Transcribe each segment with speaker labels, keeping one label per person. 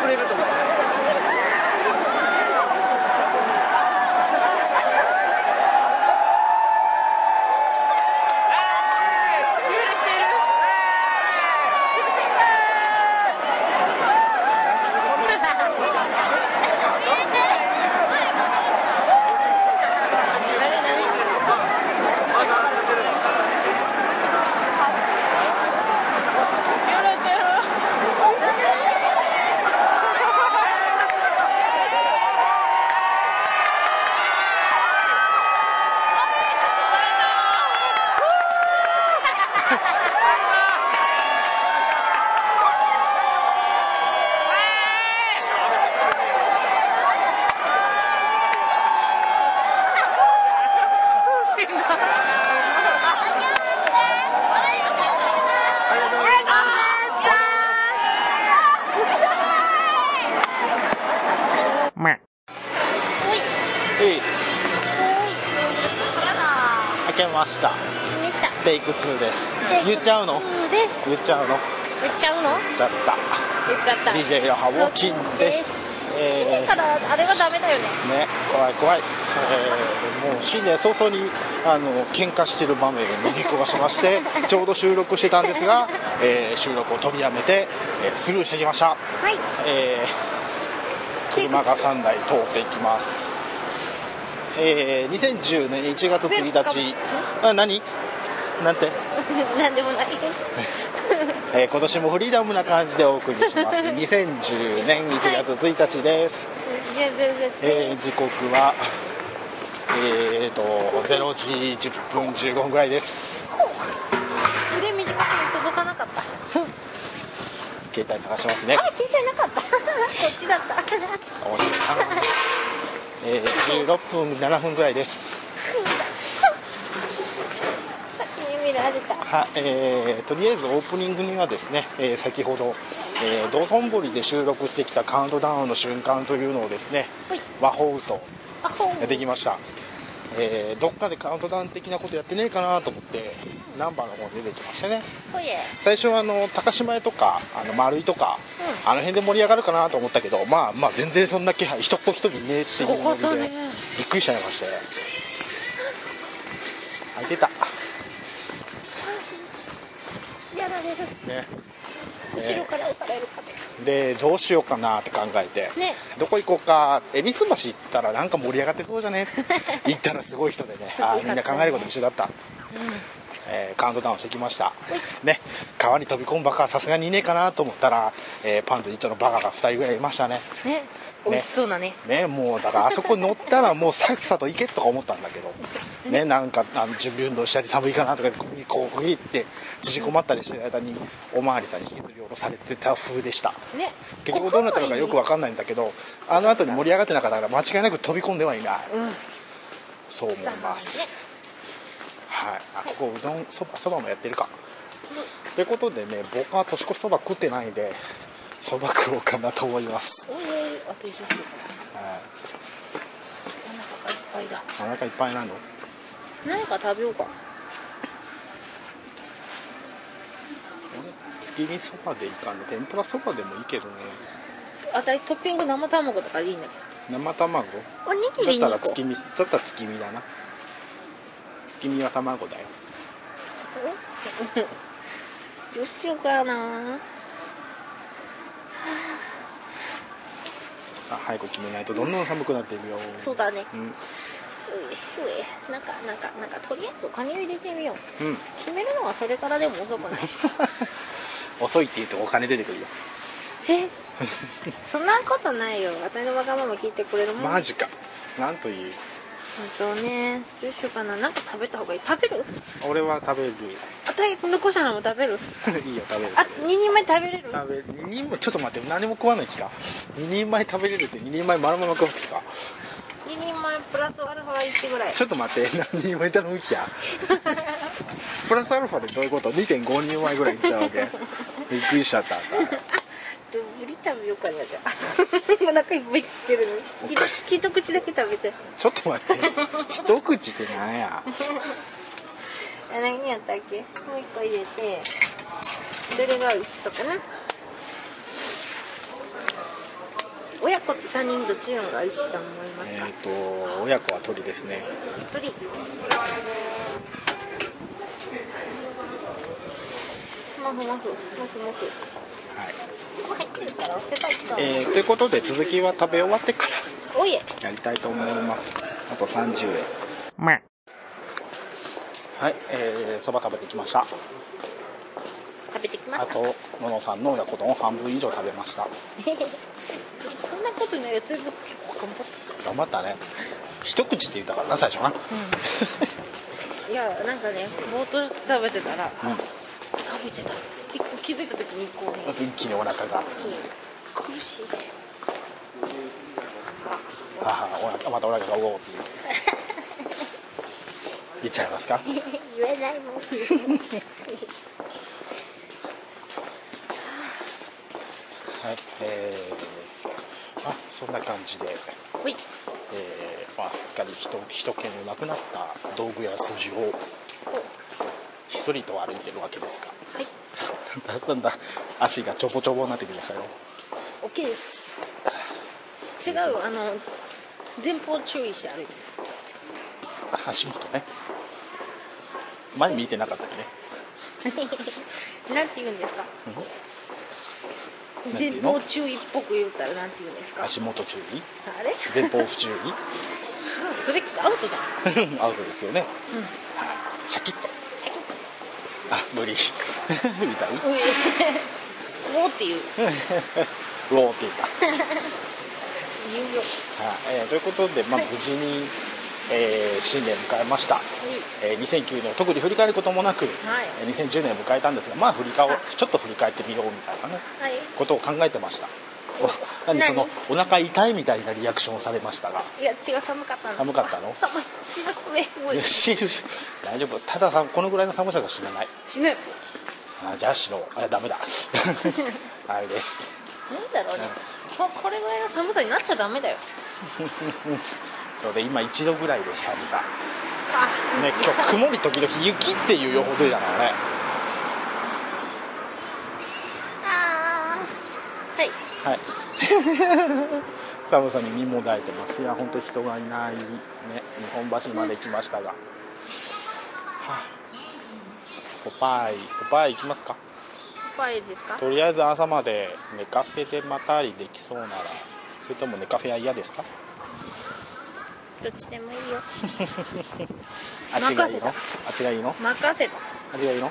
Speaker 1: くれると思う
Speaker 2: えい
Speaker 3: は
Speaker 2: 開けました
Speaker 3: い。見した。
Speaker 2: テイク2です言っちゃうの
Speaker 3: で
Speaker 2: 言っちゃうの
Speaker 3: 言っちゃうの？
Speaker 2: 言っちゃった
Speaker 3: 言っちゃった。
Speaker 2: DJ のハボキンです
Speaker 3: 新年
Speaker 2: え
Speaker 3: からあれはダメだよね。
Speaker 2: ーね怖い怖い、えーもう新年早々にあの喧嘩してる場面を見にこがしまして ちょうど収録してたんですが、えー収録を取りやめて、えースルーしてきました、
Speaker 3: はい。
Speaker 2: えー車が3台通っていきますえー2010年1月1日あ何なんて
Speaker 3: なんでもない。
Speaker 2: えー今年もフリーダムな感じでお送りします 2010年1月1日です、
Speaker 3: いや全然。
Speaker 2: えー時刻はえー、と0時10分15分ぐらいです
Speaker 3: 腕短くて届かなかった。あ
Speaker 2: 携帯探しますね
Speaker 3: れ聞いてなかった。こっちだった。こ
Speaker 2: 面白いなえー16分7分ぐらいです
Speaker 3: っに見られた。
Speaker 2: はえーとりあえずオープニングにはですね、えー先ほど、えー道頓堀で収録してきたカウントダウンの瞬間というのをですね
Speaker 3: はい
Speaker 2: 和法と
Speaker 3: あほう。
Speaker 2: やってきました、えーどっかでカウントダウン的なことやってねえかなと思ってナンバーの方に出てきましたね
Speaker 3: ほいえ。
Speaker 2: 最初はあの高島屋とかあの丸井とか、あの辺で盛り上がるかなと思ったけど、まあ、まあ全然そんな気配一っ子一人いねえっていうの
Speaker 1: すごかった
Speaker 2: で、
Speaker 1: ね
Speaker 2: びっくりしちゃいましたよ開いてた
Speaker 3: やられる。
Speaker 2: ね
Speaker 3: 後ろから押されるか
Speaker 2: でどうしようかなって考えて、
Speaker 3: ね
Speaker 2: どこ行こうか恵比寿橋行ったらなんか盛り上がってそうじゃね行ったらすごい人でねあーみんな考えること一緒だった、えーカウントダウンしてきましたね川に飛び込むバカはさすがにいねえかなと思ったら、えーパンツ一丁のバカが2人ぐらいいましたね
Speaker 1: ね美味しそうだね
Speaker 2: ねもうだからあそこ乗ったらもうさっさと行けとか思ったんだけどねなんかあの準備運動したり寒いかなとかこうこうこうって縮こまったりしてる間におまわりさんに引きずり下ろされてた風でした
Speaker 1: ね
Speaker 2: 結局どうなったのかよくわかんないんだけどあの後に盛り上がってなかったから間違いなく飛び込んではいない、そう思います、はい、あここうどんそばそばもやってるかってことでね僕は年越しそば食ってないんでそば食おうかなと思います、
Speaker 1: おいおい私お
Speaker 2: は
Speaker 1: 腹がいっぱいだ
Speaker 2: い、お腹いっぱいなの
Speaker 1: 何か食べようか
Speaker 2: 月見そばでいいかね天ぷらそばでもいいけどね
Speaker 1: あたりトッピング生卵とかでいいんだけ
Speaker 2: 生卵
Speaker 1: どおにぎ
Speaker 2: だ
Speaker 1: りに
Speaker 2: った
Speaker 1: 行
Speaker 2: ら
Speaker 1: こ
Speaker 2: 月見だったら月見だな月見は卵だよ
Speaker 1: うどうしようかな
Speaker 2: さあ早く決めないとどんどん寒くなっているよ
Speaker 3: そうだね。
Speaker 2: うん
Speaker 3: うえうえ。なんかなんかなんかとりあえずお金を入れてみよう。
Speaker 2: うん
Speaker 3: 決めるのはそれからでも遅くない。
Speaker 2: 遅いって言うとお金出てくるよ
Speaker 3: えそんなことないよ私のわがまま聞いてくれるもん
Speaker 2: マジかなんという
Speaker 3: 本当ねどうしようかななんか食べた方がいい食べる
Speaker 2: 俺は食べる
Speaker 3: あたい残したのも食べる
Speaker 2: いいよ食べる
Speaker 3: あ二人前食べれる
Speaker 2: 食べる二人前ちょっと待って何も食わない気か2人前食べれるって2人前丸まま食わす気か
Speaker 3: 二人前プラスアルファ1ぐらい
Speaker 2: ちょっと待って 何人前頼む気やプラスアルファでどういうこと2.5人前ぐらいいっちゃうわけびっくりしちゃった
Speaker 3: どぶり食べようか なじゃあお腹いっぱい切ってるの
Speaker 2: おかし
Speaker 3: 一口だけ食べて
Speaker 2: ちょっと待って一口ってなん
Speaker 3: あ
Speaker 2: や
Speaker 3: 何やったっけもう一個入れてどれが美味しそうかな
Speaker 4: 親子と他人どちらが美味しいと思います
Speaker 2: えっ、
Speaker 4: か、
Speaker 2: と親子は鳥ですね
Speaker 4: 鳥もふもふもふもふ
Speaker 2: はい、
Speaker 4: ここ入ってるから押せばいいと思う
Speaker 2: えーということで続きは食べ終わってから
Speaker 4: おいえ
Speaker 2: やりたいと思いますあと30円はいえーそば、食べてきました
Speaker 4: 食べてきま
Speaker 2: あ
Speaker 4: した
Speaker 2: とののさんの親子丼を半分以上食べました
Speaker 3: そそんなことないよ全部結構頑張っ
Speaker 2: 頑張ったね一口って言ったからな最初な、
Speaker 3: たいやなんかねぼーっと食べてたら
Speaker 2: うん
Speaker 3: 食べてた結構気づいた時にこうね
Speaker 2: 一気にお腹が
Speaker 3: そう苦しい
Speaker 2: ああお腹またお腹がうおーって いう言っちゃいますか
Speaker 4: 言えないもん
Speaker 2: はい、えー、まあそんな感じで、
Speaker 3: ほい
Speaker 2: えーまあ、すっかり人人気のなくなった道具や筋をひっそりと歩いてるわけです が、
Speaker 3: はい
Speaker 2: だんだん足がちょぼちょぼになってきましたよ。
Speaker 3: OK です違うあの前方注意して歩いて
Speaker 2: 足元ね。前見てなかったっけね。
Speaker 3: るなんて言うんですか前
Speaker 2: なんて言うの
Speaker 3: 方注意っぽく言ったらなんて言うんですか
Speaker 2: 足元注意、
Speaker 3: あれ
Speaker 2: 前方不注意、
Speaker 3: それアウトじゃん
Speaker 2: アウトですよね。はいシャキッと。あ、無理。 みたい。
Speaker 3: うえ おーっていう
Speaker 2: うおーって言った。
Speaker 3: 言うよ
Speaker 2: はいえーということで、まあ、無事に、えー新年迎えました、えー2009年を特に振り返ることもなく、
Speaker 3: はい
Speaker 2: えー2010年を迎えたんですが、まあ、振り返ちょっと振り返ってみようみたいな、ね
Speaker 3: はい
Speaker 2: ことを考えてましたお何そのお腹痛いみたいなリアクションをされましたが
Speaker 3: いや違う寒かったの
Speaker 2: 寒かったの
Speaker 3: 寒い死ぬ上
Speaker 2: い
Speaker 3: も
Speaker 2: や
Speaker 3: う
Speaker 2: 知る大丈夫ですたださこのぐらいの寒さじゃ死なない
Speaker 3: 死ぬ
Speaker 2: あじゃあ死のうあダメだ あれです
Speaker 3: なんだろうねもうこれぐらいの寒さになっちゃダメだよ
Speaker 2: それで今1度ぐらいです寒さ
Speaker 3: あ
Speaker 2: ね、今日曇り時々雪っていう予報出たからね
Speaker 4: あーはい
Speaker 2: はい 寒さに身もだえてますいや本当に人がいないね日本橋まで来ましたが、はいポパイポパイ行きますか
Speaker 3: 怖いですか
Speaker 2: とりあえず朝までネカフェでまたりできそうならそれともネカフェは嫌ですか
Speaker 4: どっちでもいいよ
Speaker 2: あっちがいいの
Speaker 3: 任
Speaker 2: あっちがいいの
Speaker 3: 任せた
Speaker 2: あっちがいいのどっ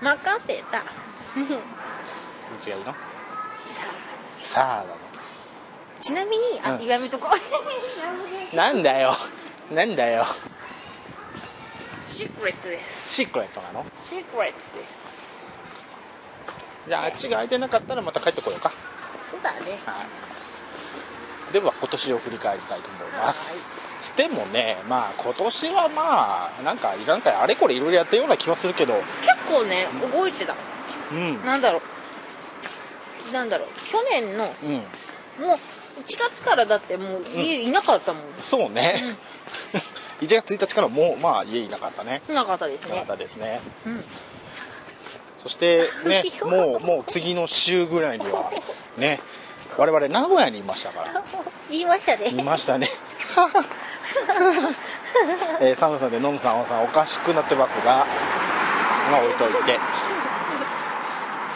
Speaker 3: 任せたさ
Speaker 2: ちがいいの
Speaker 3: あ
Speaker 2: さあだの
Speaker 3: ちなみにあ、
Speaker 2: うん
Speaker 3: やめとこ
Speaker 2: なんだよなんだよ
Speaker 3: シークレットです
Speaker 2: シークレットなの
Speaker 3: シークレットです
Speaker 2: じゃああっちが空いてなかったらまた帰ってこようか
Speaker 3: そうだね
Speaker 2: はい、では今年を振り返りたいと思います、つってもねまあ今年はまあなんかいらんかいあれこれいろいろやったような気はするけど
Speaker 3: 結構ね動いてた
Speaker 2: うん
Speaker 3: なんだろうなんだろう去年の
Speaker 2: うん
Speaker 3: もう1月からだってもう家いなかったもん、
Speaker 2: そうね、1月1日から もうまあ家いなかったね
Speaker 3: いなかったです
Speaker 2: いなか
Speaker 3: ね
Speaker 2: ったですね
Speaker 3: うん
Speaker 2: そしてね
Speaker 3: よ
Speaker 2: もうもう次の週ぐらいにはね我々名古屋にいましたから
Speaker 4: 言いました
Speaker 2: い
Speaker 4: ね
Speaker 2: まし たねえー、寒さでのんさんおんさんおかしくなってますがまあ置いといて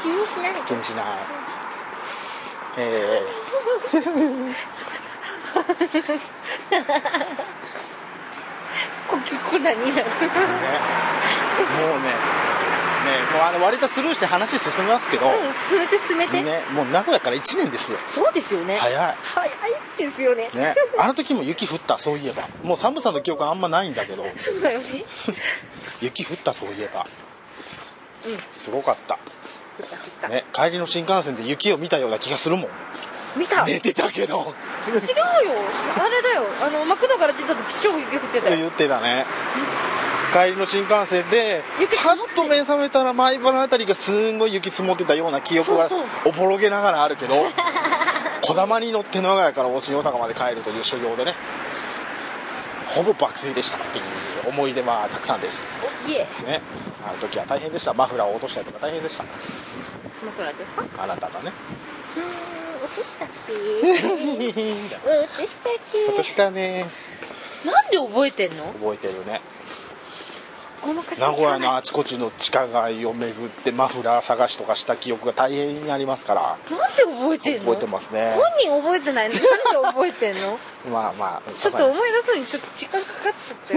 Speaker 4: 気にしないで
Speaker 2: 気にしないえ
Speaker 3: こ結構何 や
Speaker 2: ー、ねもうねねもうあの割とスルーして話進みますけど、
Speaker 3: うん進めて進めて、
Speaker 2: ねもう名古屋から1年ですよ
Speaker 3: そうですよね
Speaker 2: 早い
Speaker 3: 早いですよね
Speaker 2: ねあの時も雪降ったそういえばもう寒さの記憶あんまないんだけど
Speaker 3: そうだよね
Speaker 2: 雪降ったそういえば
Speaker 3: うん
Speaker 2: すごかった
Speaker 3: 降った降った、
Speaker 2: ね、帰りの新幹線で雪を見たような気がするもん
Speaker 3: 見た、
Speaker 2: 寝てたけど
Speaker 3: 違うよあれだよあのマクドから出た時超雪降ってたよ
Speaker 2: 言ってたね帰りの新幹線で
Speaker 3: 雪積
Speaker 2: パ
Speaker 3: もっ
Speaker 2: ッ
Speaker 3: て
Speaker 2: と目覚めたら前原あたりがすんごい雪積もってたような記憶が
Speaker 3: そう
Speaker 2: おぼろげながらあるけど こだまに乗って名古屋から大新大阪まで帰るという所業でねほぼ爆睡でしたっていう思い出はたくさんです
Speaker 3: いえ
Speaker 2: ねあの時は大変でしたマフラーを落としたりとか大変でした
Speaker 3: マクラですか
Speaker 2: あなたがね
Speaker 4: うーん落
Speaker 3: したっけどうでしたっ
Speaker 2: 落と
Speaker 3: け
Speaker 2: したね
Speaker 1: なんで覚えてんの
Speaker 2: 覚えてるね
Speaker 3: ごまかし
Speaker 2: 名古屋のあちこちの地下街を巡ってマフラー探しとかした記憶が大変になりますから
Speaker 1: なんで覚えてんの
Speaker 2: 覚えてますね
Speaker 1: 本人覚えてないのなんで覚えてんの
Speaker 2: まあまあ
Speaker 1: ちょっと思い出すのにちょっと時間かかっちゃった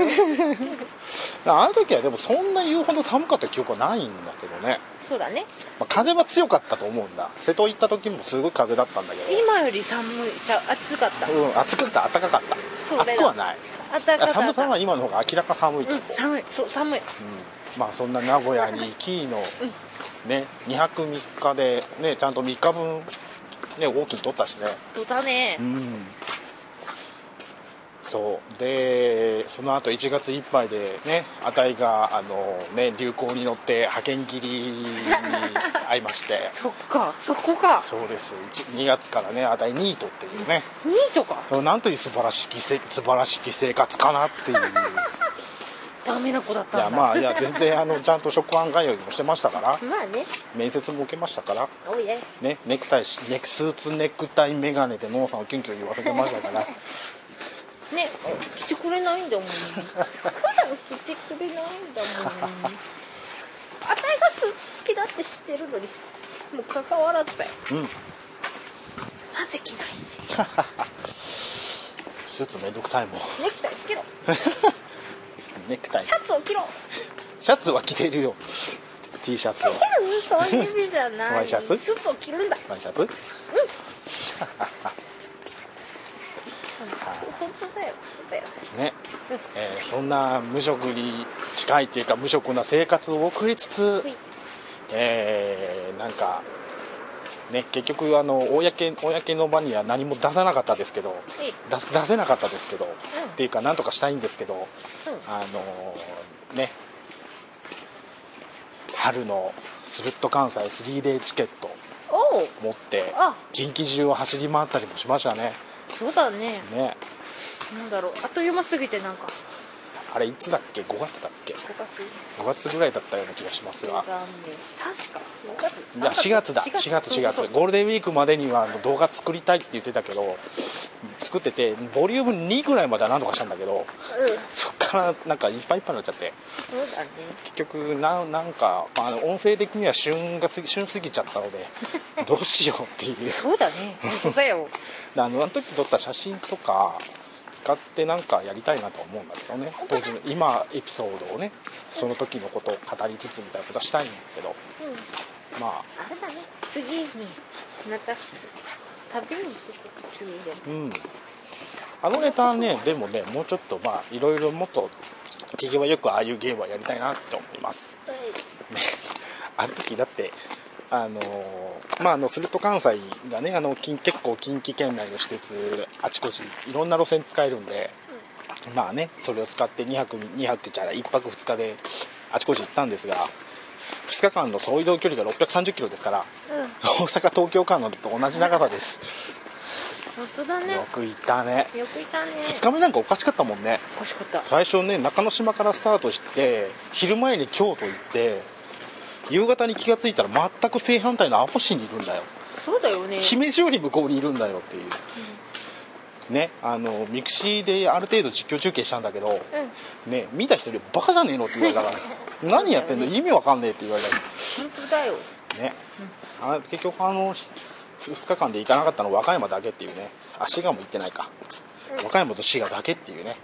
Speaker 1: よ
Speaker 2: あの時はでもそんな言うほど寒かった記憶はないんだけどね、
Speaker 1: そうだね
Speaker 2: まあ、風は強かったと思うんだ瀬戸行った時もすごい風だったんだけど
Speaker 1: 今より寒いじゃあ暑かった
Speaker 2: うん、暑かった暖かか
Speaker 1: そう
Speaker 2: った
Speaker 1: だよ
Speaker 2: 暑くはない
Speaker 1: 暖かかった
Speaker 2: 寒さは今の方が明らか寒いと
Speaker 1: うん
Speaker 2: 思う、
Speaker 1: 寒いそう寒い
Speaker 2: うんまあそんな名古屋に行きの、ね、2泊3日で、ね、ちゃんと3日分、ね、合金取ったしね、
Speaker 1: とだね
Speaker 2: うん、そうでその後1月いっぱいでねあたいがあの、ね、流行に乗って派遣切りに会いまして
Speaker 1: そっかそこか
Speaker 2: そうです2月からねあたいニートっていうね
Speaker 1: 2位とか
Speaker 2: なんという素晴らしきせ素晴らしき生活かな っていう
Speaker 1: ダメな子だっ
Speaker 2: い
Speaker 1: た
Speaker 2: や
Speaker 1: んだ
Speaker 2: まあいや全然あのちゃんと職案概要もしてましたから
Speaker 3: まあね
Speaker 2: 面接も受けましたから、
Speaker 3: おいえ
Speaker 2: ね、ネクタイしネクスーツネクタイメガネでノーさんをキュンキュン言わせてましたから。
Speaker 1: ね来てくれないんだもん
Speaker 3: 普段着てくれないんだもんあたいがスーツ好きだって知ってるのにもう関わらずだよ
Speaker 2: うん
Speaker 3: なぜ着ないし
Speaker 2: スーツめんどくさいもん
Speaker 3: ネクタイつけろ
Speaker 2: ネクタイ
Speaker 3: シャツを着ろ
Speaker 2: シャツは着てるよ T シャツを
Speaker 3: そういう意味じゃない
Speaker 2: ワイシャツ
Speaker 3: スーツを着るんだ
Speaker 2: ワイシャツ
Speaker 3: 本当だよそうだよ
Speaker 2: ね、えーそんな無職に近いっていうか無職な生活を送りつつ
Speaker 3: い、
Speaker 2: えーなんかね結局あの公公の場には何も出さなかったですけど出す出せなかったですけど、っていうかなんとかしたいんですけど、あのーね春のスルッと関西 3day チケット
Speaker 1: おお
Speaker 2: 持って
Speaker 1: あ
Speaker 2: 近畿中を走り回ったりもしましたね
Speaker 1: そうだね
Speaker 2: ね
Speaker 1: なんだろうあっという間すぎてなんか
Speaker 2: あれいつだっけ5月だっけ
Speaker 1: 5月
Speaker 2: 5月ぐらいだったような気がしますが
Speaker 1: 残念確か5月
Speaker 2: いや4月だ4月4月ゴールデンウィークまでにはあの動画作りたいって言ってたけど作っててボリューム2ぐらいまでは何とかしたんだけどそっからなんかいっぱいいっぱいになっちゃって
Speaker 1: そうだね
Speaker 2: 結局ななんか、まあ、音声的には旬が過ぎ旬過ぎちゃったの でどうしようっていう
Speaker 1: そうだね本当だよ
Speaker 2: あのあの時撮った写真とか使ってなんかやりたいなとは思うんだけどね当時の今エピソードをねその時のことを語りつつみたいなことはしたいんだけど、ま
Speaker 3: あれだね次にまた旅に出てく気に入れ
Speaker 2: あうんあのネタねでもねもうちょっとまあいろいろもっと手際よくああいうゲームはやりたいなって思いますあの時だってあのーまああのスルト関西がねあの近結構近畿圏内の私鉄あちこちいろんな路線使えるんで、まあねそれを使って2泊2泊じゃない1泊2日であちこち行ったんですが2日間の総移動距離が6 3 0キロですから、大阪東京間のと同じ長さです、
Speaker 1: 本当だね
Speaker 2: よく行ったね
Speaker 1: よくいたね
Speaker 2: 2日目なんかおかしかったもんね
Speaker 1: おかしかった
Speaker 2: 最初ね中之島からスタートして昼前に京都行って夕方に気がついたら全く正反対のアホ市にいるんだよ
Speaker 1: そうだよね
Speaker 2: 姫路より向こうにいるんだよっていう、ねあのミクシーである程度実況中継したんだけど、ね見た人に「バカじゃねえの?」って言われたから「何やってんの意味わかんねえ」って言われた
Speaker 1: 本当だよ
Speaker 2: ね、あ結局あの2日間で行かなかったのは和歌山だけっていうねあ滋賀も行ってないか、和歌山と滋賀だけっていうね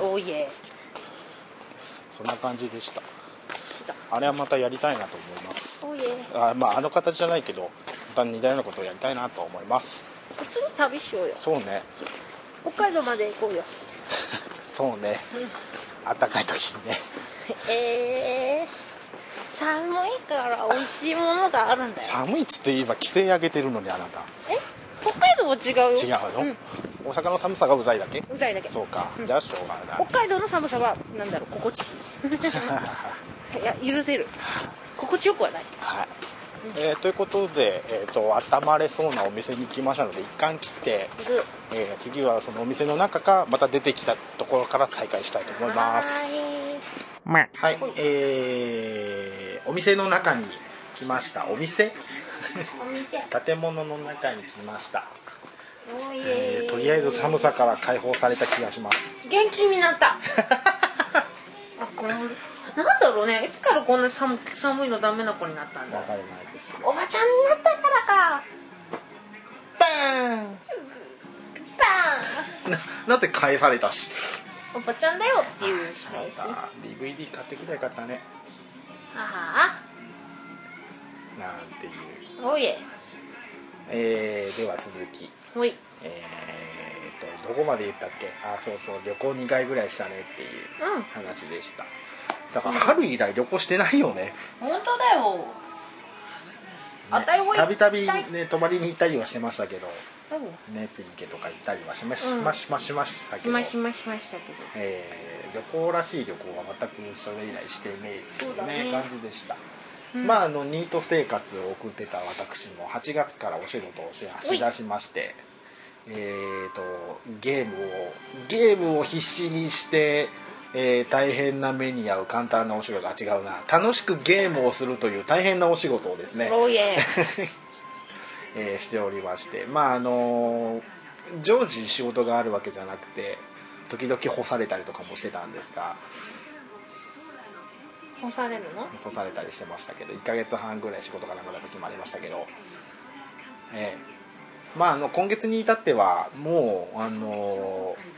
Speaker 1: おいえ
Speaker 2: そんな感じでしたあれはまたやりたいなと思います
Speaker 3: おいえ
Speaker 2: あまああの形じゃないけどまた似たようなことをやりたいなと思います
Speaker 3: 普通に旅しようよ
Speaker 2: そうね
Speaker 3: 北海道まで行こうよ
Speaker 2: そうねあったかい時にね
Speaker 3: えー、寒いから美味しいものがあるんだよ
Speaker 2: 寒いっつって今規制上げてるのにあなた
Speaker 3: え北海道は違うよ
Speaker 2: 違うの、大阪の寒さがうざいだけ
Speaker 3: うざいだけ
Speaker 2: そうか、じゃあしょうがない
Speaker 1: 北海道の寒さはなんだろう心地 いいいや許せる心地よくはない
Speaker 2: はい、えーということで、えー、と温まれそうなお店に行きましたので一貫切って、えー次はそのお店の中かまた出てきたところから再開したいと思います
Speaker 3: は
Speaker 2: はい、えーお店の中に来ましたお店
Speaker 3: ーいお店
Speaker 2: 建物の中に来ました
Speaker 3: おい
Speaker 2: えーとりあえず寒さから解放された気がします
Speaker 1: 元気になったあこのなんだろうねいつからこんな寒寒いのダメな子になったんだ
Speaker 2: わからないですけど
Speaker 1: おばちゃんになったからか
Speaker 2: バーン
Speaker 1: パ
Speaker 2: ななぜ返されたし
Speaker 1: ーンおばちゃんだよっていう返しあ
Speaker 2: あ DVD 買ってくればよかったね
Speaker 1: あ
Speaker 2: なんていう、
Speaker 1: おいえ
Speaker 2: えーでは続き
Speaker 1: おい
Speaker 2: えー、とどこまで言ったっけあそうそう旅行2回ぐらいしたねっていう
Speaker 1: うん
Speaker 2: 話でした、だから春以来旅行してないよね
Speaker 1: 本当だよあたいも行き
Speaker 2: た
Speaker 1: た
Speaker 2: び
Speaker 1: い
Speaker 2: たびね泊まりに行ったりはしてましたけど
Speaker 1: うん
Speaker 2: ね次池とか行ったりはしまし,、
Speaker 1: うん
Speaker 2: ましましましたけ
Speaker 1: し
Speaker 2: ど
Speaker 1: ましましましたけど
Speaker 2: えー旅行らしい旅行は全くそれ以来してねえっていう
Speaker 1: そうだ
Speaker 2: ね
Speaker 1: ね
Speaker 2: 感じでした、
Speaker 1: うん
Speaker 2: まああのニート生活を送ってた私も8月からお仕事をししだしましてえー、とゲームをゲームを必死にして、えー大変な目に遭う簡単なお仕事あ違うな楽しくゲームをするという大変なお仕事をですね、
Speaker 1: おいえ
Speaker 2: えーしておりましてまああのー常時仕事があるわけじゃなくて時々干されたりとかもしてたんですが
Speaker 1: 干されるの
Speaker 2: 干されたりしてましたけど1ヶ月半ぐらい仕事がなくなった時もありましたけど、ええまああの今月に至ってはもうあのー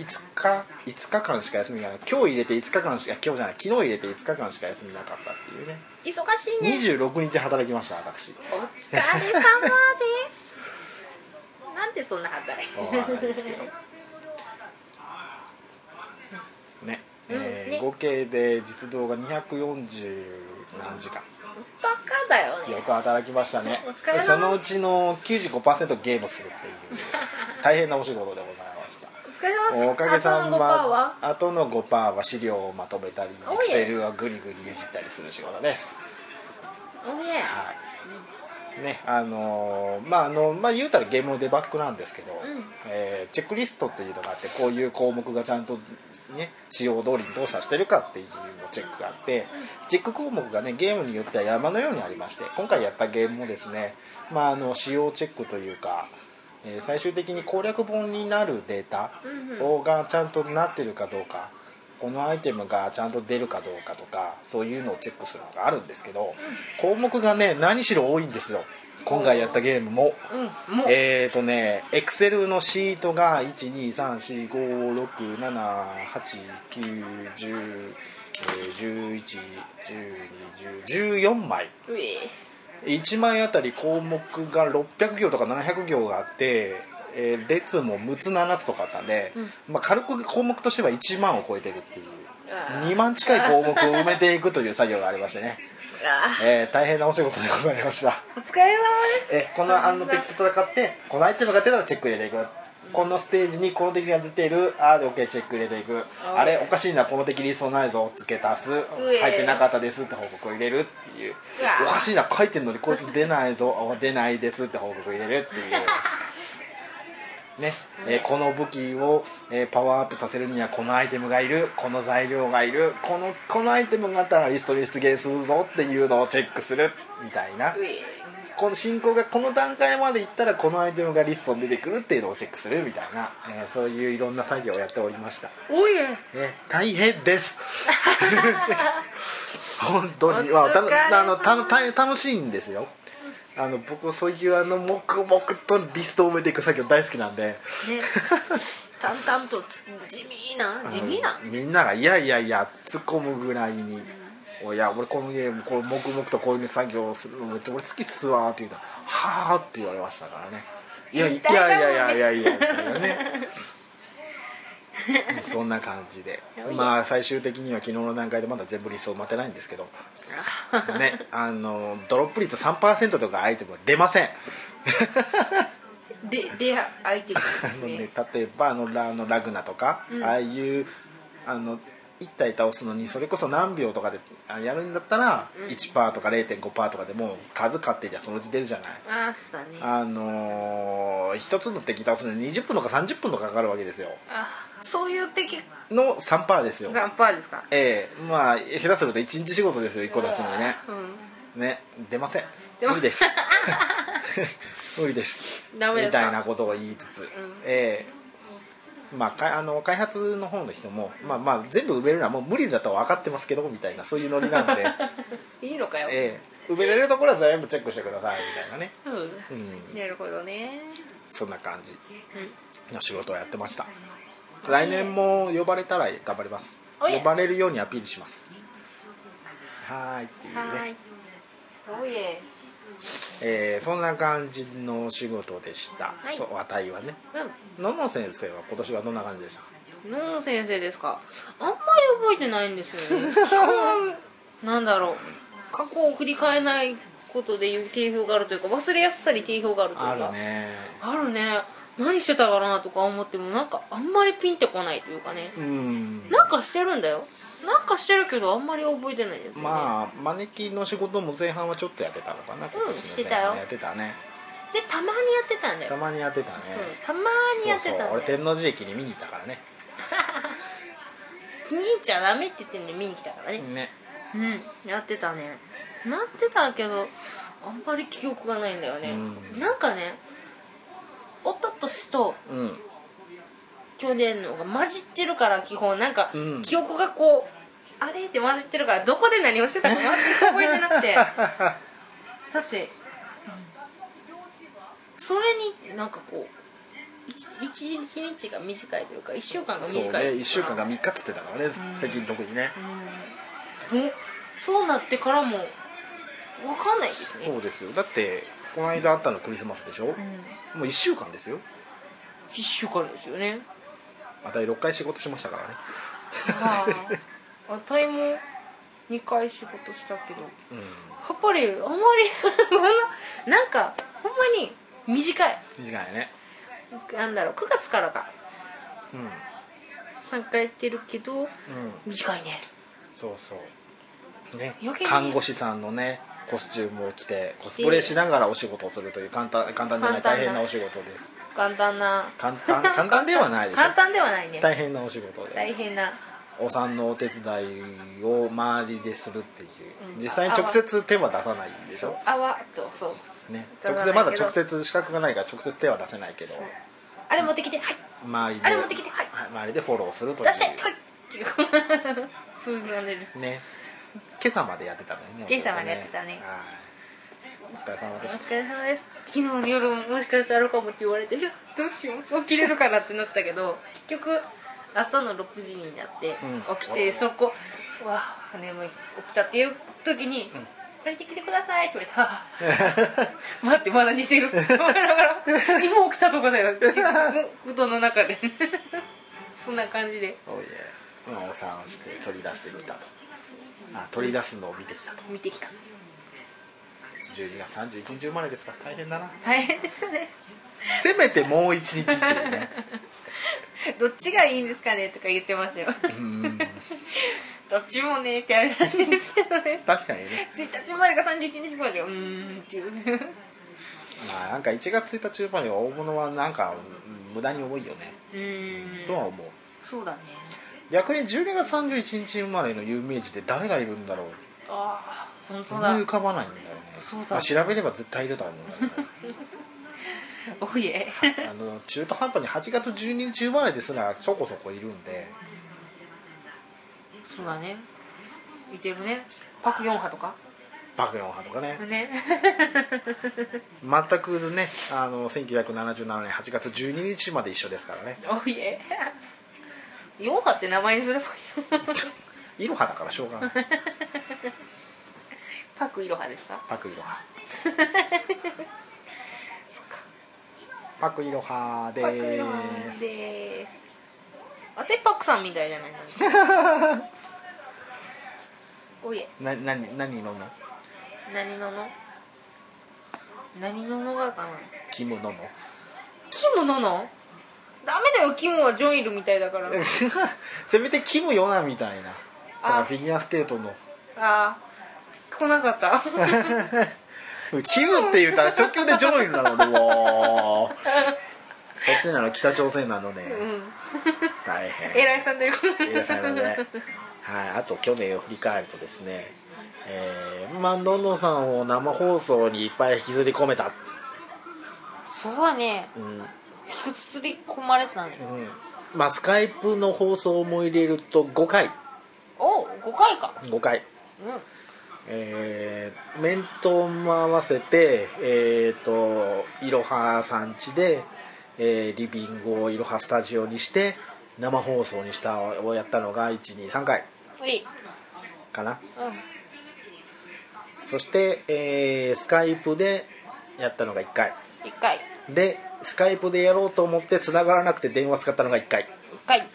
Speaker 2: 5日5日間しか休みがない今日入れて5日間しか今日じゃない昨日入れて5日間しか休みなかったっていうね
Speaker 1: 忙しいね
Speaker 2: 26日働きました私
Speaker 1: お疲れ様です。なんでそんな働き？
Speaker 2: わからないですけどね、えー
Speaker 1: ね
Speaker 2: 合計で実動が240何時間
Speaker 1: バカだよ
Speaker 2: よ
Speaker 1: ね。
Speaker 2: く働きましたね
Speaker 1: お疲れ様
Speaker 2: そのうちの95%ゲームするっていう大変なお仕事でございました
Speaker 1: お疲れ様です。
Speaker 2: おかげさ
Speaker 1: あそ
Speaker 2: ん
Speaker 1: の5%
Speaker 2: は
Speaker 1: は
Speaker 2: あとの5%は資料をまとめたり
Speaker 1: おい
Speaker 2: Excel はぐりぐりいじったりする仕事です
Speaker 1: おいえ。
Speaker 2: はいねあのーまああのまあ言うたらゲームのデバッグなんですけど、
Speaker 1: ん
Speaker 2: えーチェックリストっていうのがあってこういう項目がちゃんとね使用通りに動作してるかっていうのチェックがあってチェック項目がねゲームによっては山のようにありまして今回やったゲームもですねまああの使用チェックというか、えー最終的に攻略本になるデータ
Speaker 1: うんうん。
Speaker 2: をがちゃんとなってるかどうかこのアイテムがちゃんと出るかどうかとかそういうのをチェックするのがあるんですけど、項目がね何しろ多いんですよ今回やったゲームも。
Speaker 1: うん。もう。
Speaker 2: えーとね、エクセルのシートが1、2、3、4、5、6、7、8、9、10、11、12、10、14枚。
Speaker 1: うえ。
Speaker 2: 1枚あたり項目が600行とか700行があって、えー列も6つ7つとかあったんで、まあ、軽く項目としては1万を超えてるっていう
Speaker 1: あー
Speaker 2: 2万近い項目を埋めていくという作業がありましてね、
Speaker 1: あ
Speaker 2: えー大変なお仕事でございました
Speaker 1: ー。お疲れ様です。
Speaker 2: えーこのあの敵と戦ってこのアイテムが出たらチェック入れていくこのステージにこの敵が出ているあーで OK チェック入れていく
Speaker 1: お
Speaker 2: あれおかしいなこの敵リストないぞ付け足す
Speaker 1: え
Speaker 2: 入ってなかったですって報告を入れるっていう
Speaker 1: うわ
Speaker 2: おかしいな書いてんのにこいつ出ないぞあ出ないですって報告を入れるっていう。ねえーこの武器を、えーパワーアップさせるにはこのアイテムがいるこの材料がいるこのこのアイテムがあったらリストに出現するぞっていうのをチェックするみたいな
Speaker 1: うえ。
Speaker 2: この進行がこの段階までいったらこのアイテムがリストに出てくるっていうのをチェックするみたいな、えーそういういろんな作業をやっておりました、
Speaker 1: おいえ。
Speaker 2: ね、大変です 本当に、ま
Speaker 1: お
Speaker 2: あ、
Speaker 1: 疲れ様
Speaker 2: たあのたた楽しいんですよあの僕そういうあの黙々とリストを埋めていく作業大好きなんで
Speaker 1: ね。淡々とつ地味な地味な
Speaker 2: あ。のみんなが「いやいやいや」突っ込むぐらいに「おいや俺このゲームこう黙々とこういう作業をするのめっちゃ俺好きっすわ」って言うと「はあ」って言われましたからね「いやい
Speaker 1: 絶対だ
Speaker 2: や
Speaker 1: もん
Speaker 2: い
Speaker 1: ね
Speaker 2: やいやいやいや」みたいな ねそんな感じでまあ最終的には昨日の段階でまだ全部理想埋まってないんですけ どねあのドロップ率3%とかアイテムは出ません
Speaker 1: レレア相 手です
Speaker 2: あのね、例えばあのラあのラグナとか、ああいうあの1体倒すのにそれこそ何秒とかであやるんだったら、1%とか0.5%とかでもう数勝手じゃそのうち出るじゃない、
Speaker 1: あーそうだね。
Speaker 2: あのー、1つの敵倒すのに20分とか30分とかかかるわけですよ
Speaker 1: あそういう敵
Speaker 2: の3%ですよ
Speaker 1: がパーですか。
Speaker 2: ええまあ下手すると1日仕事ですよ1個出すのにね
Speaker 1: うん。
Speaker 2: ね出ません
Speaker 1: 出ま
Speaker 2: 無理です無理です
Speaker 1: ダメです
Speaker 2: み
Speaker 1: か
Speaker 2: たいなことを言いつつ、ええまあかあの開発の方の人も、まあ、まあ全部埋めるのはもう無理だとは分かってますけどみたいなそういうノリなん で、
Speaker 1: いいのかよ、
Speaker 2: ええ埋めれるところは全部チェックしてくださいみたいなね、う
Speaker 1: うんん、なるほどね
Speaker 2: そんな感じの仕事をやってました来年も呼ばれたら頑張ります
Speaker 1: おい
Speaker 2: 呼ばれるようにアピールしますはーいっていうね
Speaker 1: はーいおいえ
Speaker 2: えーそんな感じのお仕事でした、
Speaker 1: はい
Speaker 2: そう値はね
Speaker 1: う
Speaker 2: のの先生は今年はどんな感じでした
Speaker 1: ん野々先生ですかあんまり覚えてないんですよね なんだろう過去を振り返らないことでいう定評があるというか忘れやすさに定評があるというか
Speaker 2: あるね
Speaker 1: あるね何してたかなとか思ってもなんかあんまりピンってこないというかね
Speaker 2: うん
Speaker 1: なんかしてるんだよなんかしてるけどあんまり覚えてないですよね、
Speaker 2: まあ招きの仕事も前半はちょっとやってたのかな今年の
Speaker 1: して
Speaker 2: 前
Speaker 1: たよ
Speaker 2: 半やってたね
Speaker 1: でたまにやってたんだよ
Speaker 2: たまにやってたね
Speaker 1: そうたまにやってたんだ
Speaker 2: そう
Speaker 1: よ
Speaker 2: 俺天王寺駅に見に行ったからね
Speaker 1: 見に行っちゃダメって言ってんで見に来たからね
Speaker 2: ね
Speaker 1: うんやってたねなってたけどあんまり記憶がないんだよね、
Speaker 2: うん
Speaker 1: なんかねおととしと
Speaker 2: うん
Speaker 1: 去年のが混じってるから基本なんか、
Speaker 2: うん
Speaker 1: 記憶がこうあれって混じってるからどこで何をしてたか全く覚えてなくてだって、それになんかこう一一日一日が短いというか一週間が短
Speaker 2: そ
Speaker 1: いう
Speaker 2: ね
Speaker 1: というか
Speaker 2: 1週間が3日っつってたからね、最近特にね、
Speaker 1: もそうなってからもわかんないですね
Speaker 2: そうですよだってこの間あったのクリスマスでしょ、
Speaker 1: う
Speaker 2: も
Speaker 1: ん
Speaker 2: う1週間ですよ
Speaker 1: 一週間ですよね
Speaker 2: また6回仕事しましたからね
Speaker 1: あああたいも2回仕事したけど
Speaker 2: うん
Speaker 1: やっぱりあんまりそん ななんかほんまに短い
Speaker 2: 短いね
Speaker 1: なんだろう9月からか
Speaker 2: うんうん
Speaker 1: 参加やってるけど短いね
Speaker 2: そうそうね
Speaker 1: 余計に
Speaker 2: 看護師さんのねコスチュームを着てコスプレしながらお仕事をするという簡単簡単じゃない
Speaker 1: 簡単な
Speaker 2: 大変なお仕事です
Speaker 1: 簡単な
Speaker 2: 簡単簡単ではないです
Speaker 1: 簡単ではないね
Speaker 2: 大変なお仕事です
Speaker 1: 大変な
Speaker 2: お産のお手伝いを周りでするっていう
Speaker 1: うん
Speaker 2: 実際に直接手は出さないでし
Speaker 1: そう
Speaker 2: ょ
Speaker 1: あわっとそう
Speaker 2: ね
Speaker 1: 出さな
Speaker 2: 直
Speaker 1: いけ
Speaker 2: 接
Speaker 1: ど
Speaker 2: まだ直接資格がないから直接手は出せないけど
Speaker 1: そうあれ持ってきてはい
Speaker 2: 周りで
Speaker 1: あれ持ってきてはい
Speaker 2: 周りでフォローするとい
Speaker 1: 出しては
Speaker 2: う
Speaker 1: いっていう そういう感じです
Speaker 2: ね今朝までやってたのね
Speaker 1: 今朝までやってたね
Speaker 2: はいお疲れ様
Speaker 1: お
Speaker 2: でした
Speaker 1: 疲れ様です昨日の夜もしかしたらあるかもって言われていや どうしよう起きれるかなってなったけど結局朝の6時になって
Speaker 2: うん
Speaker 1: 起きて、そこうわあ眠い起きたっていう時に「借りてきてください」って言われたはあ「待ってまだ寝てる」 って思いながら「今起きたとこだ よ」って布団の中で そんな感じで
Speaker 2: おいえ、まあ、お産をして取り出してきたとあ取り出すのを見てきたと
Speaker 1: 見てきた
Speaker 2: 12月31日生まれですから大変だな
Speaker 1: 大変ですよね
Speaker 2: せめてもう一日っていうね
Speaker 1: どっちがいいんですかねとか言って ますよ
Speaker 2: うん
Speaker 1: どっちもねってあるらしいですけどね
Speaker 2: 確かにね
Speaker 1: 1日までが31日までがうーんっていうう
Speaker 2: まあなんか1月1日生まれは大物はなんかうん無駄に多いよね
Speaker 1: ーん
Speaker 2: とは思う
Speaker 1: そうだね
Speaker 2: 逆に12月31日生まれの有名人って誰がいるんだろう
Speaker 1: ああ本当
Speaker 2: 思
Speaker 1: だ
Speaker 2: い浮かばないんだよね
Speaker 1: そうだ
Speaker 2: まあ、調べれば絶対いるとは思うんだけど
Speaker 1: おいえ
Speaker 2: あの中途半端に8月12日生まれですらそこそこいるんで
Speaker 1: そうだねいてるねパク4波とか
Speaker 2: バクヨン派とかね
Speaker 1: ね
Speaker 2: 全くねあの1977年8月12日まで一緒ですからね
Speaker 1: おいえ4波って名前にすればいいの
Speaker 2: イロハだからしょうがない
Speaker 1: パクイロハですか
Speaker 2: パクイロハ パクイロハで
Speaker 1: パクイロハ
Speaker 2: ーす
Speaker 1: ですあてパクさんみたいじゃないの おいえ
Speaker 2: な何何飲むの
Speaker 1: 何のの何ののがかな
Speaker 2: キム飲むの
Speaker 1: キムなのダメだよキムはジョンイルみたいだからあ
Speaker 2: せめてキムヨナみたいな
Speaker 1: あ
Speaker 2: ほらフィギュアスケートの
Speaker 1: あー来なかった
Speaker 2: キムって言ったら直球でジョイルなのねもうそっちなの北朝鮮なのね、
Speaker 1: うん
Speaker 2: 大変
Speaker 1: 偉いさんだよ
Speaker 2: 映画祭のね、はい、あと去年を振り返るとですね、えー、まあのんのんさんを生放送にいっぱい引きずり込めた
Speaker 1: それはね
Speaker 2: うん
Speaker 1: 引きずり込まれたね
Speaker 2: うんまあスカイプの放送も入れると5回
Speaker 1: お5回か
Speaker 2: 5回
Speaker 1: うん
Speaker 2: えー、面とも合わせてえっ、といろはさんちで、えーリビングをいろはスタジオにして生放送にしたをやったのが123回
Speaker 1: ほ い
Speaker 2: かな
Speaker 1: う
Speaker 2: そして、えースカイプでやったのが1回
Speaker 1: ん1回
Speaker 2: でスカイプでやろうと思って繋がらなくて電話使ったのが1回
Speaker 1: 1回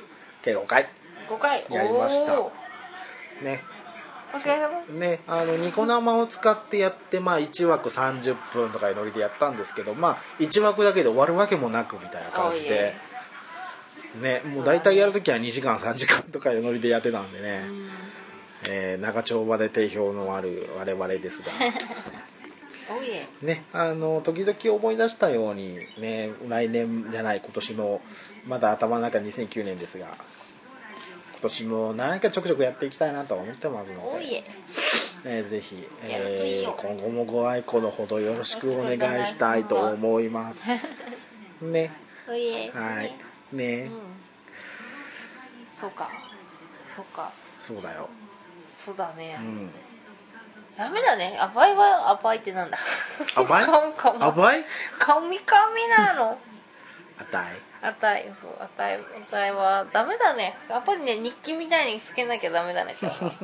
Speaker 2: 計5回
Speaker 1: 5回
Speaker 2: やりました
Speaker 1: おー
Speaker 2: ね
Speaker 1: お疲れ様
Speaker 2: ね、あのニコ生を使ってやって、まあ、1枠30分とかいうノリでやったんですけど、まあ、1枠だけで終わるわけもなくみたいな感じで、ね、もう大体やるときは2時間3時間とかいうノリでやってたんでね、えー長丁場で定評のある我々です が、
Speaker 1: おいえ
Speaker 2: ね、あの時々思い出したように、ね、来年じゃない今年もまだ頭の中2009年ですが今年も何かちょくちょくやっていきたいなとは思ってますので。
Speaker 1: おいえ
Speaker 2: えーぜひ、
Speaker 1: やるといい
Speaker 2: えー
Speaker 1: よ
Speaker 2: 今後もご愛顧のほどよろしくお願いしたいと思います。ね、
Speaker 1: おいえ
Speaker 2: はい、ね
Speaker 1: う、んそうかそうか
Speaker 2: そうだよ。
Speaker 1: そうだね、
Speaker 2: うん、
Speaker 1: ダメだね甘いは甘いってなんだ
Speaker 2: 甘い
Speaker 1: 顔顔
Speaker 2: 甘い？
Speaker 1: カミカミなの
Speaker 2: あたい。
Speaker 1: あたいそうあたいあたいはダメだねやっぱりね日記みたいにつけなきゃダメだねこれは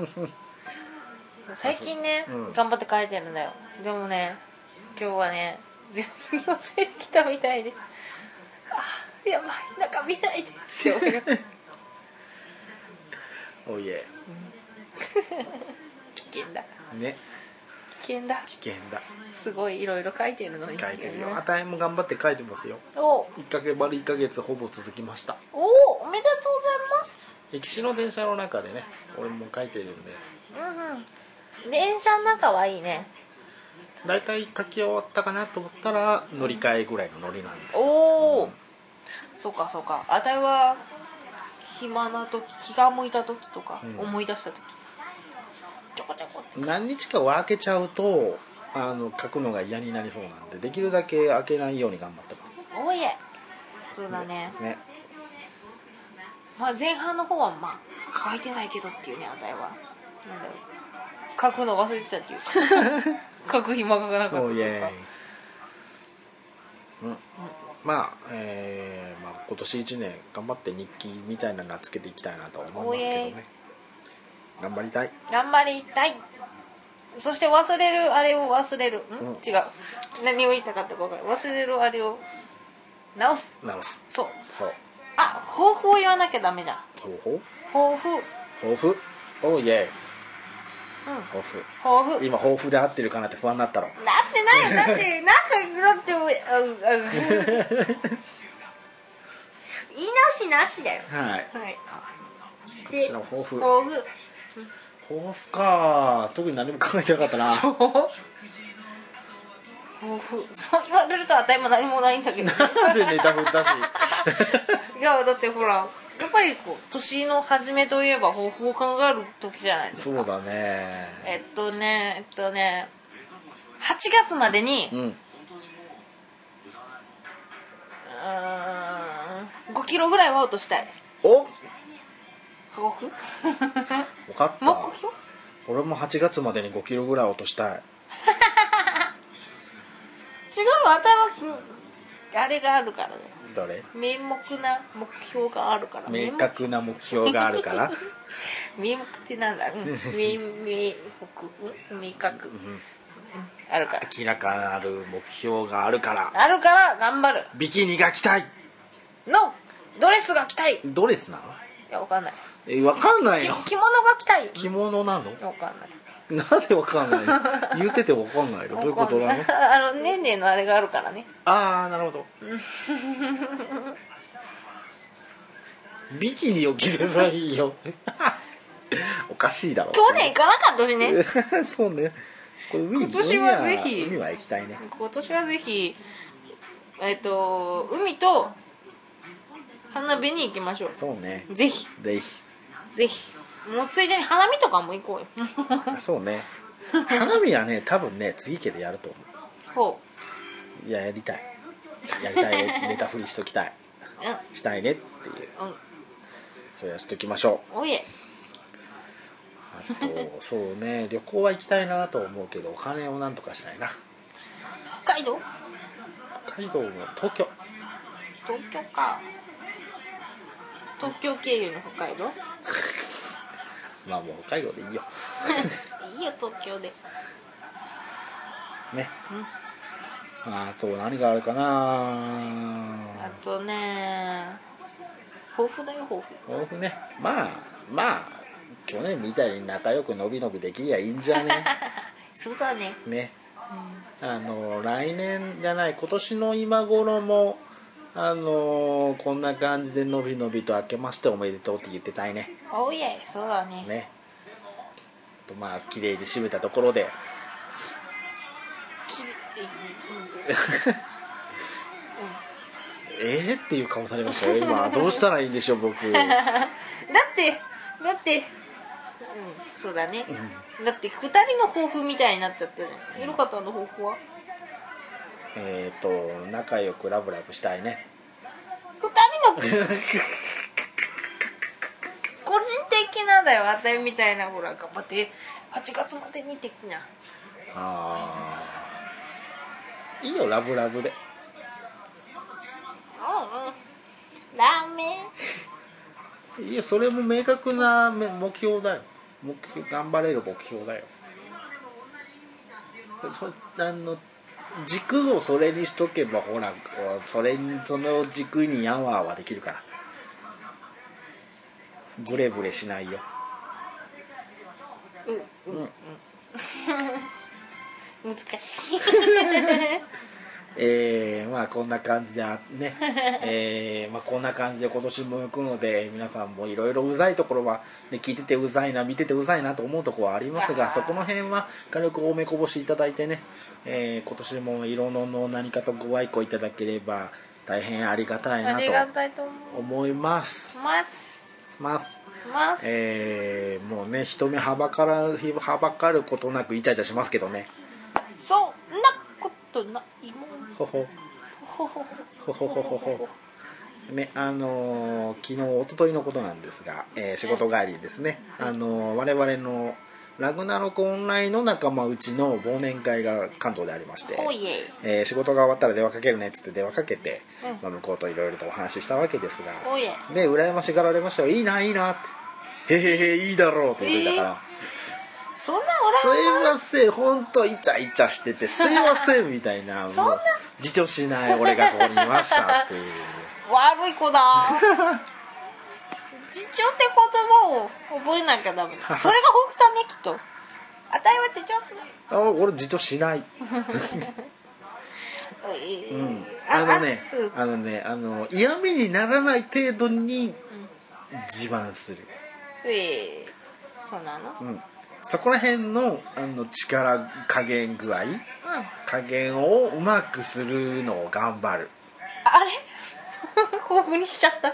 Speaker 1: 最近ね、
Speaker 2: うん
Speaker 1: 頑張って書いてるんだよでもね今日はね病院に忘れてきたみたいであやばい中見ないで って思いが
Speaker 2: おいえ、
Speaker 1: 危険だ
Speaker 2: ね、
Speaker 1: 危険だ
Speaker 2: 危険だ。
Speaker 1: すごいいろいろ書いてるのに
Speaker 2: 書いてるよ。あたいも頑張って書いてますよ。
Speaker 1: お
Speaker 2: 一ヶ月丸一ヶ月ほぼ続きました。
Speaker 1: おおめでとうございます
Speaker 2: 歴史の電車の中でね、俺も書いてるんで、
Speaker 1: うんうん電車の中はいいね
Speaker 2: だいたい書き終わったかなと思ったら乗り換えぐらいのノリなんで。
Speaker 1: おお、そうかそうかあたいは暇な時気が向いた時とか、
Speaker 2: うん
Speaker 1: 思い出した時ちょこちょこって
Speaker 2: 何日かは開けちゃうとあの書くのが嫌になりそうなんでできるだけ開けないように頑張ってます
Speaker 1: おいえそうだね
Speaker 2: ね
Speaker 1: まあ、前半の方はまあ書いてないけどっていうねあたいはなんだろう書くの忘れてたっていう か書く暇がなかった
Speaker 2: お
Speaker 1: と
Speaker 2: ーイ
Speaker 1: いう
Speaker 2: エ
Speaker 1: か
Speaker 2: ーイうんまあえーまあ、今年1年頑張って日記みたいなのはつけていきたいなとは思いますけど
Speaker 1: おーイエ
Speaker 2: ね頑張りたい
Speaker 1: 頑張りたいそして忘れるあれを忘れるん、
Speaker 2: うん
Speaker 1: 違う何を言いたかったか分からない忘れるあれを直す
Speaker 2: 直す
Speaker 1: そう
Speaker 2: そう
Speaker 1: あ抱負を言わなきゃダメじゃん
Speaker 2: 抱負
Speaker 1: 抱負うん
Speaker 2: 抱負おーイエーイ抱負
Speaker 1: 抱負
Speaker 2: 今抱負で合ってるかなって不安にな ったろ
Speaker 1: なってないよだってなんかだってもうあうあう言い直しなしだよ
Speaker 2: はい
Speaker 1: はい
Speaker 2: 今年の抱負
Speaker 1: 抱負
Speaker 2: 抱負か特に何も考えてなかっ たな
Speaker 1: 抱負そう言われると頭何もないんだけど
Speaker 2: なんでネタ振ったし
Speaker 1: いやだってほらやっぱりこう年の初めといえば抱負を考える時じゃないですか
Speaker 2: そうだね
Speaker 1: えっとねえっとね8月までに、
Speaker 2: うん
Speaker 1: うーん5キロぐらいは落としたい
Speaker 2: お
Speaker 1: 抱負
Speaker 2: 分かった
Speaker 1: 目標
Speaker 2: 俺も8月までに5キロぐらい落とした
Speaker 1: 違
Speaker 2: い
Speaker 1: うわ私はあれがあるからね
Speaker 2: 誰
Speaker 1: 名目な目標があるから
Speaker 2: 明確な目標があるから
Speaker 1: 名目名目ってなんだう ん名名目うん明確、うんあるから
Speaker 2: 明らかなる目標があるから
Speaker 1: あるから頑張る
Speaker 2: ビキニが着たい
Speaker 1: のドレスが着たいい
Speaker 2: ドレスなの
Speaker 1: やわかんない
Speaker 2: え分かんない
Speaker 1: き
Speaker 2: の
Speaker 1: 着物が着たい
Speaker 2: 着物なの
Speaker 1: わかんない
Speaker 2: なぜ分かんないの言ってて分かんないのどういうことなの
Speaker 1: わかんないあのねんねんのあれがあるからね
Speaker 2: ああなるほどビキニを着ればいいよおかしいだろ
Speaker 1: 去年行かなかったしね
Speaker 2: そうねこれ海
Speaker 1: 今年はぜひ
Speaker 2: 海は海は行きたいね
Speaker 1: 今年はぜひえっ、と海と花火に行きましょ
Speaker 2: そうね
Speaker 1: うぜひ
Speaker 2: ぜひ
Speaker 1: ぜひもうついでに花見とかも行 こうよ
Speaker 2: そうね花火はね多分ね次家でやると思
Speaker 1: ほ
Speaker 2: ういややりたいうやりたいね寝たふりしときたい
Speaker 1: うん
Speaker 2: したいねっていう
Speaker 1: うん
Speaker 2: それはしときましょ
Speaker 1: おいえ
Speaker 2: うあとそうね旅行は行きたいなと思うけどお金をなんとかしたいな
Speaker 1: 北海道
Speaker 2: 北海道も東京
Speaker 1: 東京か東京経由の北海道
Speaker 2: まあもう北海道でいいよ
Speaker 1: いいよ東京で
Speaker 2: ね、まあ、あと何があるかな
Speaker 1: あとね豊富だよ豊
Speaker 2: 豆腐ねまあまあ去年みたいに仲良くのびのびできりゃいいんじゃね
Speaker 1: 富そうだね
Speaker 2: ねあの来年じゃない今年の今頃もあのこんな感じでのびのびと「明けましておめでとう」って言ってたいね
Speaker 1: おいえそうだね
Speaker 2: ねあとまあ綺麗に締めたところで
Speaker 1: きれいうん
Speaker 2: えー、っていう顔されましたよ今どうしたらいいんでしょう僕
Speaker 1: だってだってうんそうだね、だって2人の抱負みたいになっちゃったじゃんよかったの抱負は
Speaker 2: えっと仲良くラブラブしたいね
Speaker 1: 2人の個人的なだよあたいみたいなほら頑張って8月までに的な
Speaker 2: ああいいよラブラブで
Speaker 1: うんうんラーメン
Speaker 2: いやそれも明確な目目標だよ目標頑張れる目標だよそあの軸をそれにしとけばほらそれにその軸にやんわはできるからブレブレしないよ
Speaker 1: うんうんうん 難しい
Speaker 2: えー、まあこんな感じであ ねえー、まあこんな感じで今年も行くので皆さんもいろいろうざいところは、ね、聞いててうざいな見ててうざいなと思うところはあります
Speaker 1: あ
Speaker 2: が
Speaker 1: ー
Speaker 2: そこの辺は軽くおめこぼしいただいてね、えー、今年もいろんなの何かとご愛顧いただければ大変ありがたい
Speaker 1: ありが
Speaker 2: なと
Speaker 1: たいと思
Speaker 2: 思います
Speaker 1: います
Speaker 2: ます、
Speaker 1: ます、
Speaker 2: えー、もうね人目はばからはばかることなくイチャイチャしますけどね
Speaker 1: そんなことないもん
Speaker 2: ほほ
Speaker 1: ほほほ
Speaker 2: ほほほほほねあのー昨日一昨日のことなんですが、えー仕事帰りですね、あのー我々のラグナロクオンラインの仲間うちの忘年会が関東でありまして、
Speaker 1: ほいえ
Speaker 2: えー仕事が終わったら電話かけるねっつって電話かけて、
Speaker 1: うん
Speaker 2: まあ、向こうといろいろとお話ししたわけですが
Speaker 1: ほいえ
Speaker 2: で羨ましがられましたよ「いいないいな」って「へへへいいだろう」って言ってたから「
Speaker 1: そんな
Speaker 2: すいません本当イチャイチャしててすいません」みたいな
Speaker 1: そんな
Speaker 2: もう自重しない俺がここにいまし たっていう。
Speaker 1: 俺は悪い子 だ自重って言葉を覚えなきゃダメ だそれが北さんねきっとあたいは自重する
Speaker 2: あ俺自重しない、
Speaker 1: おい
Speaker 2: うん、
Speaker 1: あ
Speaker 2: あのね
Speaker 1: あうん
Speaker 2: あのねあの嫌味にならない程度に自慢する、
Speaker 1: えーそうなのうん
Speaker 2: うん、そこら辺のあの力加減具合加減をうまくするのを頑張る
Speaker 1: あれ 豊富にしちゃった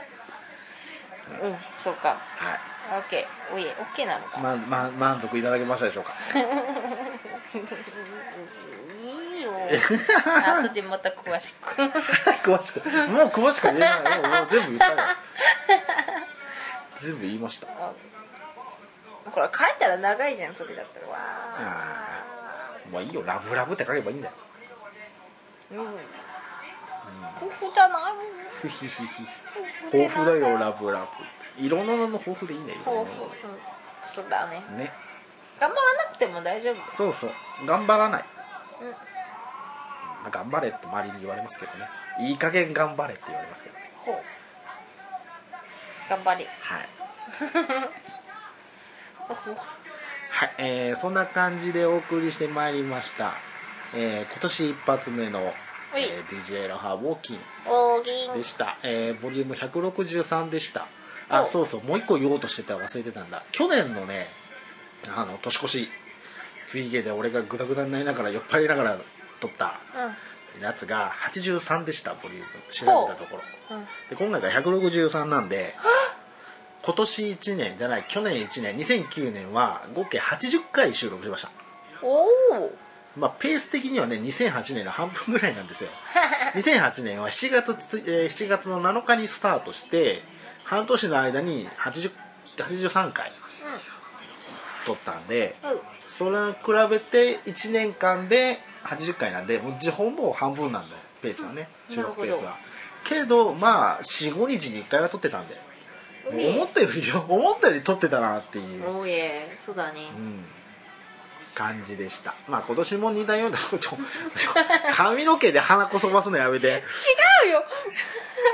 Speaker 1: うんそうか
Speaker 2: はい
Speaker 1: オッケーおいえオッケーなのか、
Speaker 2: ま、ま、満足いただけましたでしょうか
Speaker 1: いいよ後でまた詳しく
Speaker 2: 詳しくもう詳しく言えないもうもう全部言ったよ全部言いました
Speaker 1: あほら書いたら長いじゃんそれだったらわ
Speaker 2: あもういいよラブラブって書けばいいん だよ
Speaker 1: ーうんここじゃないもん
Speaker 2: ふひひひ豊富だよラブラブいろんなのの豊富でいいね
Speaker 1: 豊富、うん、そうだね
Speaker 2: ね
Speaker 1: 頑張らなくても大丈夫
Speaker 2: そうそう頑張らない、
Speaker 1: うん
Speaker 2: まあ頑張れって周りに言われますけどねいい加減頑張れって言われますけどね
Speaker 1: ほう頑張り
Speaker 2: はい、
Speaker 1: ほほ
Speaker 2: はいえーそんな感じでお送りしてまいりました、えー今年一発目の、
Speaker 1: い
Speaker 2: えー DJ ラハウォーキン
Speaker 1: おーぎん
Speaker 2: でした、えーボリューム163でした
Speaker 1: お
Speaker 2: あそうそうもう一個言おうとしてた忘れてたんだ去年のねあの年越し次家で俺がグダグダになりながら酔っ払いながら撮ったやつが83でしたボリューム調べたところ
Speaker 1: うん、うん、
Speaker 2: で今回が163なんで今年1年じゃない去年1年2009年は合計80回収録しました
Speaker 1: おお
Speaker 2: まあ、ペース的にはね2008年の半分ぐらいなんですよ2008年は7月つ、えー7月の7日にスタートして半年の間に80 83回撮ったんで
Speaker 3: うん
Speaker 2: それに比べて1年間で80回なんでもうほ本もう半分なんだよペースはね
Speaker 1: うん
Speaker 2: 収録
Speaker 1: な
Speaker 2: ペ
Speaker 1: る
Speaker 2: ー
Speaker 1: ほ
Speaker 2: ス
Speaker 1: ど
Speaker 2: はけどまあ45日に1回は撮ってたんでもう
Speaker 3: うん
Speaker 2: 思ったより 思ったより撮ってたなっていう
Speaker 1: おーえそうだね
Speaker 2: うん感じでしたまあ今年も似たような こと髪の毛で鼻こそばすのやめて
Speaker 1: 違うよ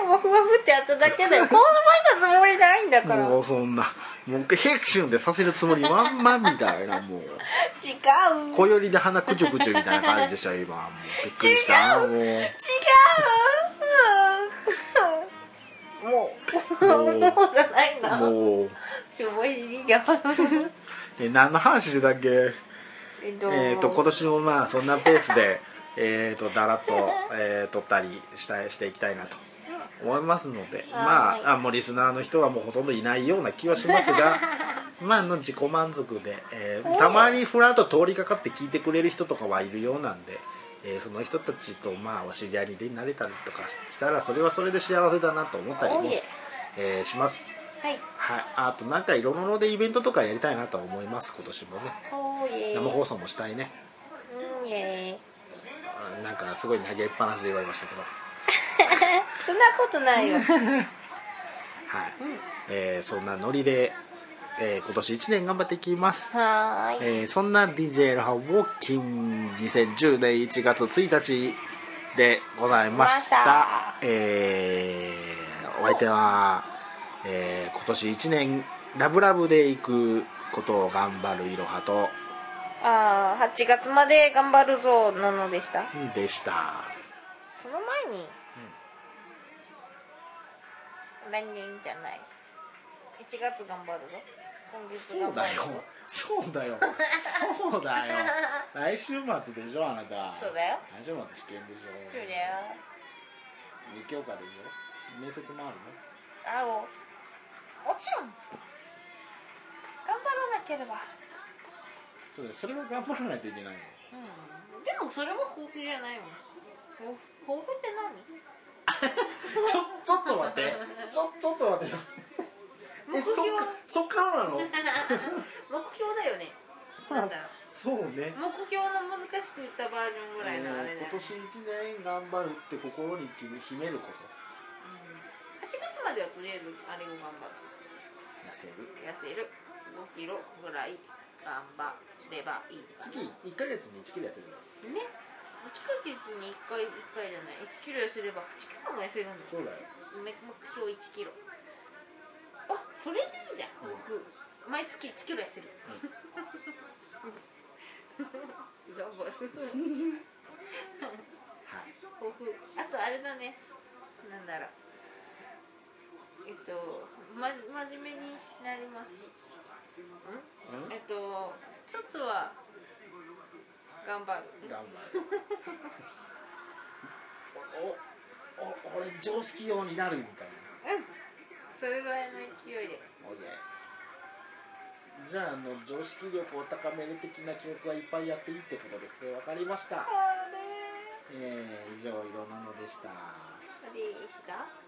Speaker 1: もふもふってやっただ けだよこう巻いたつもりないんだから違
Speaker 2: も
Speaker 1: う
Speaker 2: うそんなもうヘクシュンでさせるつもりまんまみたいなもう小よりで鼻くちゅくちゅみたいな感じでしたよ今もうびっくりしたもう
Speaker 1: 違うもうも
Speaker 2: も
Speaker 1: う
Speaker 2: う
Speaker 1: じゃないな
Speaker 2: もう
Speaker 1: ちょもうい いや
Speaker 2: え何の話してたっけ
Speaker 1: えっと
Speaker 2: えっ、と今年もまあそんなペースでえっとだらっと、えー、撮ったりしたいしていきたいなと思いますのでまああもうリスナーの人はもうほとんどいないような気はしま すがまああの自己満足で、えーたまにふらっと通りかかって聞いてくれる人とかはいるようなんで。えーその人たちとまあお知り合いになれたりとかしたらそれはそれで幸せだなと思ったりも
Speaker 1: おいえ、
Speaker 2: えーします
Speaker 1: はい
Speaker 2: はいあとなんかいろんなのでイベントとかやりたいなとは思います今年もね
Speaker 1: おーえ
Speaker 2: 生放送もしたいね
Speaker 1: うんえ
Speaker 2: なんかすごい投げっぱなしで言われましたけど
Speaker 1: そんなことないよ
Speaker 2: はい、えーそんなノリで、えー今年1年頑張っていきます、
Speaker 1: はーい
Speaker 2: えーそんな DJ ラハを金2010年1月1日でございました
Speaker 1: ました
Speaker 2: えーお相手は、えー今年1年ラブラブでいくことを頑張るいろはと
Speaker 1: ああ8月まで頑張るぞなのでした
Speaker 2: でした
Speaker 1: その前に、来年じゃない1月頑張るぞ今月
Speaker 2: そ
Speaker 1: 頑
Speaker 2: う
Speaker 1: 張
Speaker 2: だ
Speaker 1: る
Speaker 2: よ
Speaker 1: ぞ
Speaker 2: そうだよそうだよ来週末でしょあなた
Speaker 1: そうだよ
Speaker 2: 来週末試験でしょ
Speaker 1: そうだよ
Speaker 2: 二教科でしょ面接もあるの
Speaker 1: あろうもちろん頑張らなければ
Speaker 2: そうだよそれは頑張らないといけないの
Speaker 1: うんでもそれも抱負じゃないもん抱負抱負って何
Speaker 2: ちょちょっと待ってちょちょっと待って
Speaker 1: 目
Speaker 2: えそっ
Speaker 1: 標
Speaker 2: かそっからなの
Speaker 1: 目標だよね
Speaker 2: そう
Speaker 1: なんだろ
Speaker 2: そうね
Speaker 1: う目標の難しく言ったバージョンぐらいのあれだ
Speaker 2: 今
Speaker 1: よ、
Speaker 2: 年一年頑張るって心に決め秘めること
Speaker 1: 8月まではとりあえずあれを頑張る
Speaker 2: 痩せる
Speaker 1: 痩せる5キロぐらい頑張ればいい
Speaker 2: 月一ヶ月に1キロ痩せるの
Speaker 1: ね8ヶ月に1回1回じゃない1キロ痩せれば8キロも痩せるんだ
Speaker 2: そうだよ
Speaker 1: 目標1キロあそれでいいじゃん、
Speaker 2: うん
Speaker 1: 僕毎月1キロ痩せる、 頑張る
Speaker 2: はい
Speaker 1: 僕あとあれだねなんだろうえっと、ま、真面目になりますん
Speaker 2: うん
Speaker 1: えっと、ちょっとは頑張る。
Speaker 2: 頑張るおおお俺常識用になるみたいな
Speaker 1: それぐらいの勢いで。
Speaker 2: おいえじゃああの常識力を高める的な記憶はいっぱいやっていいってことですねわかりました
Speaker 1: あれ
Speaker 2: えー、以上いろなのでした
Speaker 1: でした